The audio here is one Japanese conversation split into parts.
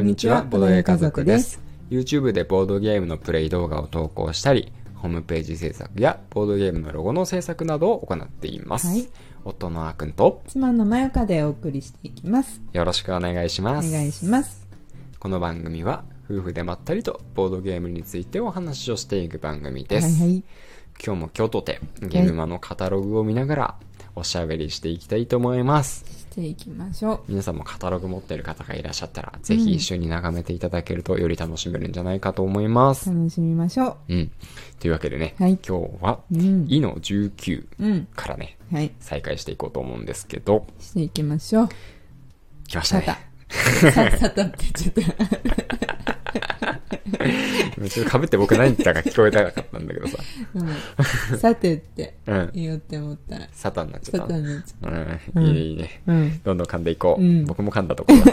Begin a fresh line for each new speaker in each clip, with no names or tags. んにちは、ボードゲー家族で
こ
す。YouTube でボードゲームのプレイ動画を投稿したり、ホームページ制作やボードゲームのロゴの制作などを行っています。
はい
夫のあーくんと
妻のまよかでお送りしていきます。
よろしくお願いしま
お
す。
願いします。
この番組は夫婦でまったりとボードゲームについてお話をしていく番組です。
はいはい。
今日も京都でゲームマのカタログを見ながらおしゃべりしていきたいと思います。
していきましょ
皆さんもカタログ持ってる方がいらっしゃったら、ぜひ一緒に眺めていただけるとより楽しめるんじゃないかと思いま
う。
す。
楽しみましょ
うん。というわけでね、
はい
今日は、
う。うん。
イの19
うん。
からね、
はい。
再開していこうと思うんですけど、
していきましょう。
来ました
さた
ね。。
さたたって言っちゃった。
ちょっと被って僕何言ったか聞こえなかったんだ けどさ。
うんさてって
うん。
言おうって思ったら、
サタンになっち
さ
ゃった
た
な。
になっちゃ
う。
うんん
いいねいいね。
う。うん。
どんどん噛んでいこう。
うん
僕も噛んだところだ。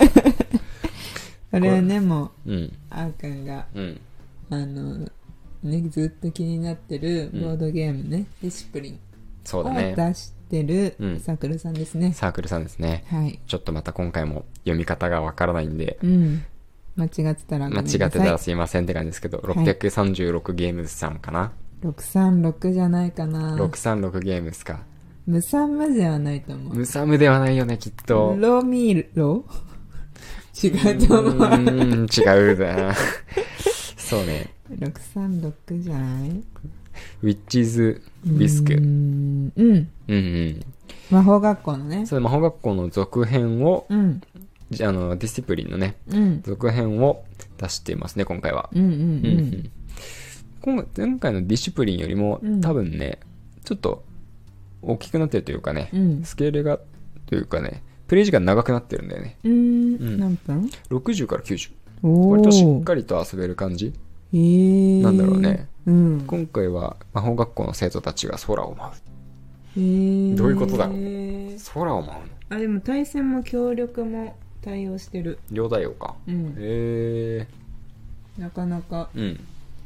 あれはね、もう、
うん。
あーくんが、
うん。
あの、ね、ずっと気になってるボードゲームね、ディシプリン
そう
を
だね。
出してる
うん
さくるさんですね。
サークルさんですね。
はい。
ちょっとまた今回も読み方がわからないんで、
うん。間違ってたらご
間
め
違
んな
って
さい。
たらすいませんって感じですけど、
い
636ゲームズさんかな、
636じゃないかな。
?636 ゲームズか。
ムサンマではないと思う。
ムサムではないよね、きっと。
ロミ ロ違うと
う
思う。
ーん、違 うな。そうね。
636じゃない
ウィッチーズ・ビスク。
うー
うん
ん。うん。
うん。
魔法学校のね。
それ魔法学校の続編を、
うん。
じゃああの、ディスプリンのね、
うん。
続編を出していますね、今回は。
うんうん
うんうん今前回のディシプリンよりも、
うん
多分ね、ちょっと大きくなってるというかね
うん。う、ん。
スケールが、というかね、プレイ時間長くなってるんだよね。
うー
うん
ん。何分
60から90。
お
割としっ
ー。
かりと遊べる感じ。
へー。
なんだろうね。
うん。
今回は魔法学校の生徒たちが空を舞う。
へー。
どういうことだろう
う
空を舞うの
あ、でも対戦も協力も対応してる。
両大王か。
うん。
へえ。
なかなか
うん。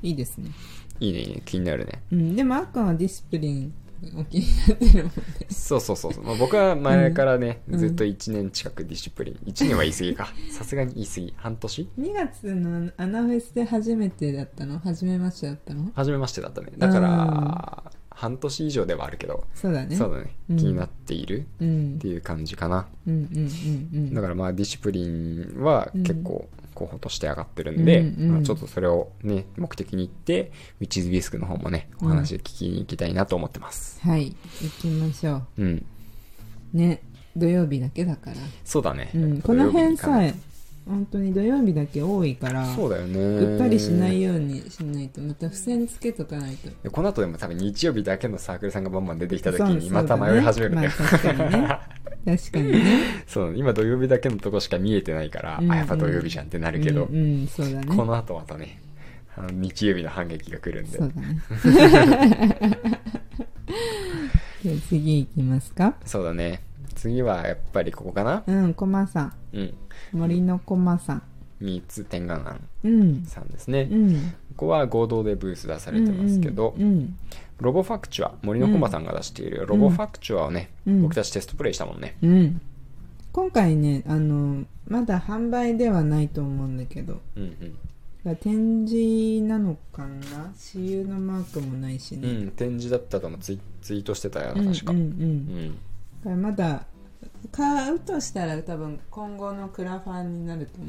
いいですね。
いいね、いいね。気になるね。
うん、でもあっくんはディスプリンお気になってる もんね。
そうそうそう そう。まあ、僕は前からね、
うん
ずっと1年近くディシプリン。1年は言い過ぎか。さすがに言い過ぎ。半年
2月のアナフェスで初めてだったの初めましてだったの
初めましてだったね。だから、半年以上ではあるけど、
そうだね。
そうだね、
うん
気になっている
うん。うん
っていう感じかな。
うんうんうん。
だからまあ、ディシプリンは
うん
結構候補として上がってるんで、
うんうん
まあ、ちょっとそれをね、目的に行って、ウィッチズビスクの方もね、お話聞きに行きたいなと思ってます。
はい、行きましょ
うん。
う。ね、土曜日だけだから。
そうだね。
うん、この辺さえ、本当に土曜日だけ多いから、
そうだよね。
うっかりしないようにしないと、また付箋つけとかないと。
でこの後でも多分日曜日だけのサークルさんがバンバン出てきた時
そ
に
う
また迷い始めるんだよ。
そうだねまあ確かにね。確かにね。
そう,、今土曜日だけのとこしか見えてないから、
うんうん
あ、やっぱ土曜日じゃんってなるけど、
うん、うん、そうだね。
この後またね、あの日曜日の反撃が来るんで
そ。うだね。 じゃあ次行きますか。
そうだね。次はやっぱりここかな
うん、コマさん。
うん。
森のコマさん。
三つ天眼庵
うん。
さんですね。
う
こ
ん。
こは合同でブース出されてますけど、
うんうん。
ロボファクチュア、森のコマさんが出している、ロボファクチュアをね、
うん
僕たちテストプレイしたもんね。
うんうん今回ね、あの、まだ販売ではないと思うんだけど、
うんうん。
展示なのかな私有のマークもないし
う
ね。
ん、展示だったともツイツイートしてたよ
う
な、
ん、
確か。
うん、う。
うんん
だからまだ、買うとしたら多分今後のクラファンになると思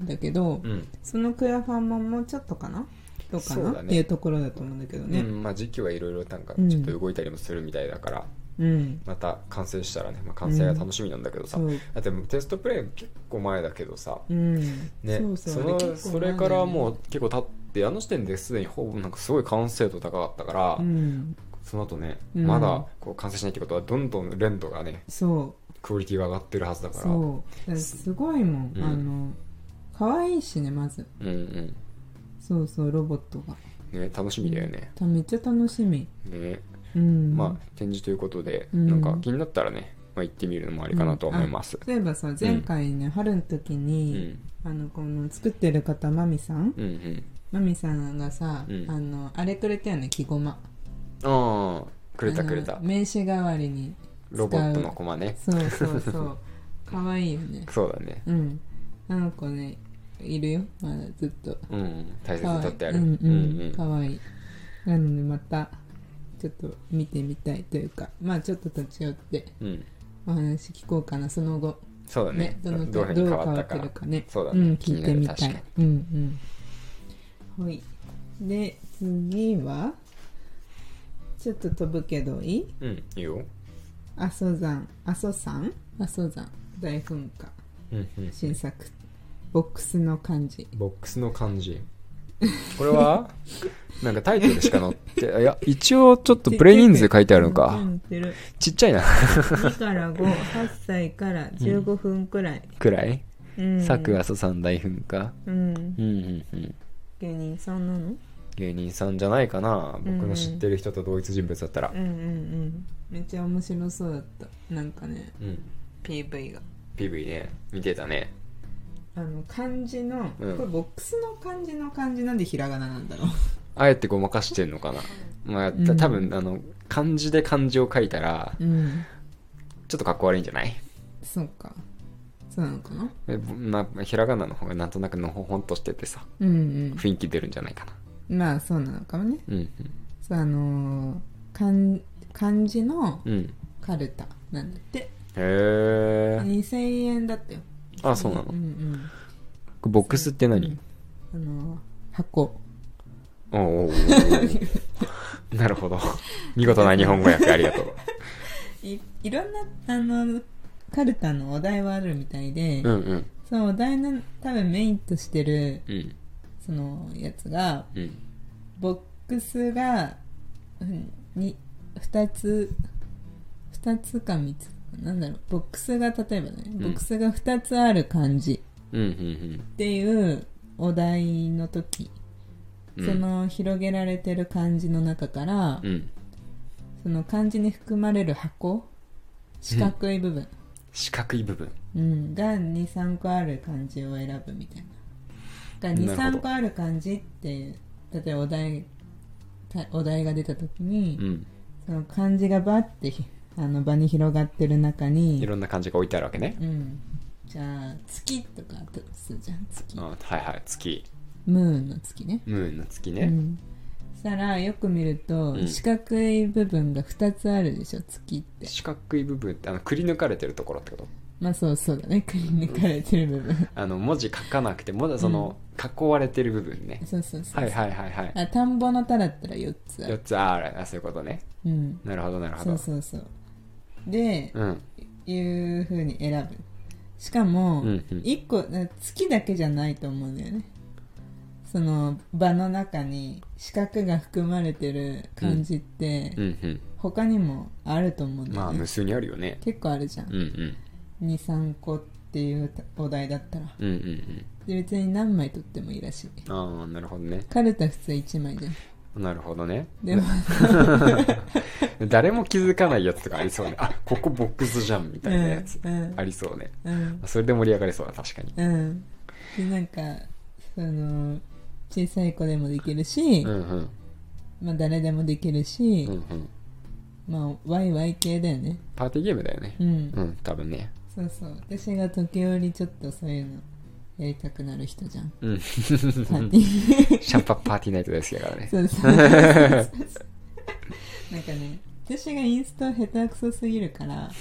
うんだけど、
うん
そのクラファンももうちょっとかなどうか
そ
な
うだね
っていうところだと思うんだけど
う
ね。
んまあ、時期はいろいろなんか
うん
ちょっと動いたりもするみたいだから、
うん。
また完成したらね、まあ、完成が楽しみなんだけどさ、
そう。
だってもうテストプレイ結構前だけどさ、
うん。
ね、
そう
そ
そう
の
あれ結構前
それ
だよね
からもう結構経ってあの時点ですでにほぼなんかすごい完成度高かったから、
うん。
その後ね、
うん
まだこう完成しないってことはどんどん連度がね
そ
クオリティが上がってるはずだ
う。
からう、
そう。だからすごいもん。
うん
あの、可愛いしね、まず。
んうん
そうそう、ロボットが。
ね、楽しみだよね,、
ためっちゃ楽しみ。
ね
うん。
まあ展示ということで、
うん
なんか気になったらね、まあ、行ってみるのもありかなと思います、
例えばさ、前回ね、春の時
うん、う
に、
ん
あの、この作ってる方、マミさん
うん
マミさんがさ、
うん
あの、あれくれたよね、木ごま。
ああくれ
あ
た
の
くれた
名刺代わりに。
ロボットのコマね
そうそうそう。可愛いよね。
そうだね
うん。あの子ね、いるよまだずっと
うん大切
可
に
愛い
取ってある
うん
う
うん
ん
可愛いなのでまたちょっと見てみたいというかまあちょっと立ち寄って
うんうん
お話聞こうかなその後
そうだね
ねどの
どういうふう
どう
に変
変
わ
わ
った
って
か
るかね
そうだね
ん、聞いてみた
気にないる
うんうんはいで次はちょっと飛ぶけどいい
確かにうんいいよ
阿蘇山阿蘇山阿蘇山大噴火
うんうん
新作ボックスの漢字
ボックスの感じこ れはなんかタイトルしか載っていや一応ちょっとプレイ人数書いてあるの
う
か
んてる
ちっちゃいな
2から58歳から15分くらい、
くらい
うん、
佐久阿蘇山大噴火
うん
うんうんうん
芸人さんなの
芸人さんじゃないかな
うん
僕の知ってる人と同一人物だったら
うんうんうんめっちゃ面白そうだったなんかね
うん、
PV が
PV ね見てたね
あの漢字の、
うん
これボックスの漢字の漢字なんでひらがななんだろう
あえてごまかしてんのかなまあた多分あの漢字で漢字を書いたら
うん
ちょっとかっこ悪いんじゃない
そうかそうなのかな
えまあひらがなの方がなんとなくのほほんとしててさ
うん
雰囲気出るんじゃないかな
うんまあそうなのかもね
うん
そうあのー、漢漢字の
うんうん
カルタなんだって
へえ
2000円だったよ
あそうなの
うんうん
ボックスって何
あのー箱
おうおうおうおう なるほど見事な日本語訳ありがとう
いいろんなあのカルタのお題はあるみたいで、
うんうん
そのお題の多分メインとしてる
うん
そのやつが
うん
ボックスがうんに2つ2つか3つかなんだろうボックスが例えばね、ボックスが2つある感じ
うんうん
っていうお題の時、
うん
その広げられてる漢字の中から、
うん
その漢字に含まれる箱四角い部分、
四角い部分
うん、が23個ある漢字を選ぶみたいな
なるほ
が
ど
23個ある漢字って例えばお題たお題が出た時に、
うん
その漢字がバッてひあの場に広がってる中
い
に、
ろんな漢字が置いてあるわけね
うん、じゃあ月とかあったとするじゃん月
あはいはい月
ムーンの月ね
ムーンの月
う
ね
ん、そしたらよく見ると、
うん
四角い部分が2つあるでしょ月って
四角い部分ってあのくり抜かれてるところってこと
まあそうそうだね くり抜かれてる部分
あの文字書かなくてまだその囲われてる部分ね
そうそうそう、
はいはいはいはい
あ田んぼの田だったら4つあ
4
る、
つあるあそういうことね
うん、
なるほどなるほ
そう
ど
そうそうで、
うん
いうふうに選ぶしかも、
うんうん
一個月だけじゃないと思うんだよねその場の中に四角が含まれてる感じって、
うん
他にもあると思う
うんん
だ
ま
よ
あ
ね、
無数にあるよね
結構あるじゃ
うん
ん、
うん
23個っていうお題だったら
うんうん
で別に何枚取ってもいいらしい
うんああなるほどね
カルタ普通1枚じゃん
なるほどね
でも
誰も気づかないやつとかありそうねあここボックスじゃんみ
う
たいなや
ん
つ
うん
ありそうね
うん
それで盛り上がりそうだ確かに
うんでなんかその小さい子でもできるし、
うんうん
まあ誰でもできるし
うんう、ん
まあワイワイ系だよね
パーティーゲームだよね
うん、
うん多分ね
そうそう私が時折ちょっとそういうのやりたくなる人じゃん
うんシ
パ
ャ
ーティ ー
ンパンパーティーナイト大好きだからね
そうそうなんかね私がインスト下手くそすぎるから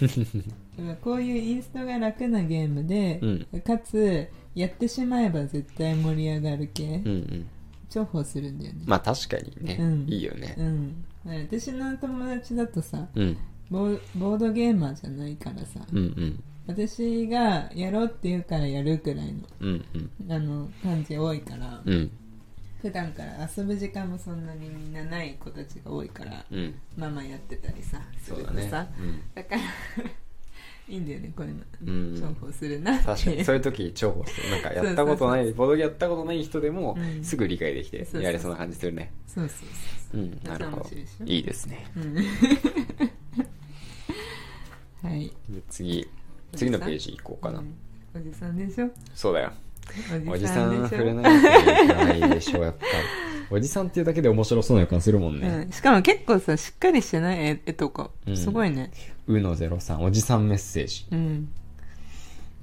こういうインストが楽なゲームで
う、ん
かつやってしまえば絶対盛り上がる系、
うんうん
重宝するんだよね、
まあ確かにね
うん
いいよね
うん私の友達だとさ
うん
ボーボードゲーマーじゃないからさ、
うんうん
私がやろうって言うからやるくらいの
うんうん
あの感じ多いから、
うん
普段から遊ぶ時間もそんなにみんなない子たちが多いから
うん
ママやってたりさす
そう
る
だ
と
ね
さ
うん
だ,、からいいんだよねこういうの、
うん
重宝するなって
確かにそういう時重宝するなんかやったこと ないボードゲームやったことない人でも
うん
すぐ理解できて
そうそう
やれそうな感じするね
そうそう
うん
そう
なるほど
そう面白いでし
いいですね
ょ、うん、はい
で次次のページ行こうかな、
うんおじさんでしょ
そうだよお
お
じ
じ
さ
さ
ん
んでし
触れ
ょ
ないといけないでしょやっぱりおじさんっていうだけで面白そうな予感するもん
う
ね
ん、しかも結構さしっかりしてない絵絵とか、
うん
すごいね
「うの03おじさんメッセージ
うん」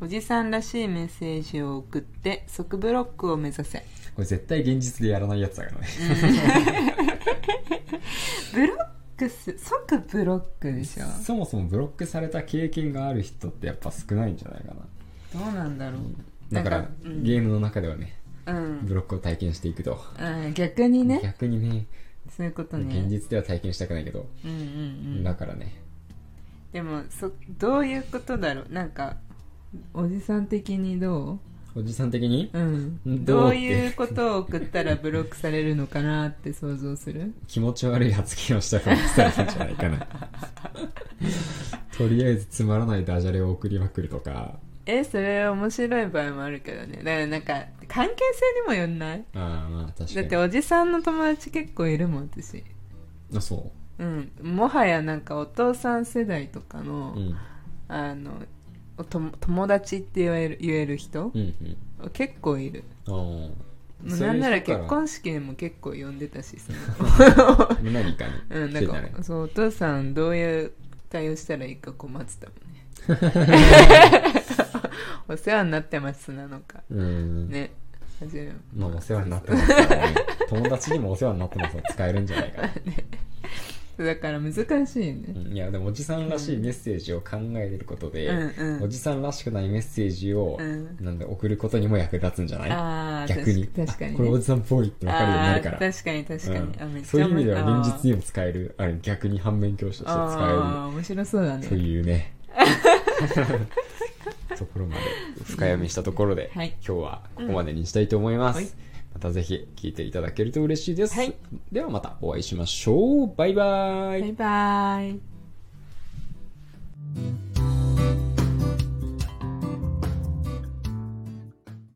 おじさんらしいメッセージを送って即ブロックを目指せ
これ絶対現実でやらないやつだからね。
ブロックす即ブロックでしょ
そもそもブロックされた経験がある人ってやっぱ少ないんじゃないかな。
どうなんだろう
だから、
うん
ゲームの中ではね、
うん
ブロックを体験していくと。
うん逆にね
逆にね、
そういうことね
現実では体験したくないけど、
うんうんうん
だからね、
でもそどういうことだろうなんかおじさん的にど
おじさん的に
う、うん、
ど
ど
うっ
う
て
いうことを送ったらブロックされるのかなって想像する
気持ち悪い発言をしたから伝えたんじゃない かな。とりあえずつまらないダジャレを送りまくるとか、
えそれ面白い場合もあるけどねだからなんか関係性にもよんない
ああまあ確
だって
かに。
おじさんの友達結構いるもん私
あ、そ
うんもはやなんかお父さん世代とかの,、
う。うん。
あのおと友達って言える言える人
う、ん
結構いる
うん。ああ。
もうなんなら結
そういう
婚式にも結構呼んでたし その
人から何かに。
うん、なん
来てた
か
ね
そうお父さんどういう対応したらいいか困ってたもんね お世話になってますなのか
うん。
ね初め
まあお世話になってますからね。友達にもお世話になってますは使えるんじゃな いかな。
だから難しいよね
うんいやでもおじさんらしいメッセージを考えることで、
うんうん
おじさんらしくないメッセージを、
うん
なんで送ることにも役立つんじゃない
ああ
逆に
確か
あ
に
これおじ
ね
さんっぽいって分かるようになるか
あ
ら
ー確かに確かに、あ
う
めっ
ん、
ちゃ
そういう意味では現実
に
にも使えるあれ逆に反面教師として
あ
使
あ面白そうだ
え
ね
るとい うねところまで深読みしたところで、
はい
今日はここまでにしたいと思います、
うんはい
またぜひ聞いていただけると嬉しいです、
はい
ではまたお会いしましょうバイバイ
バイバイ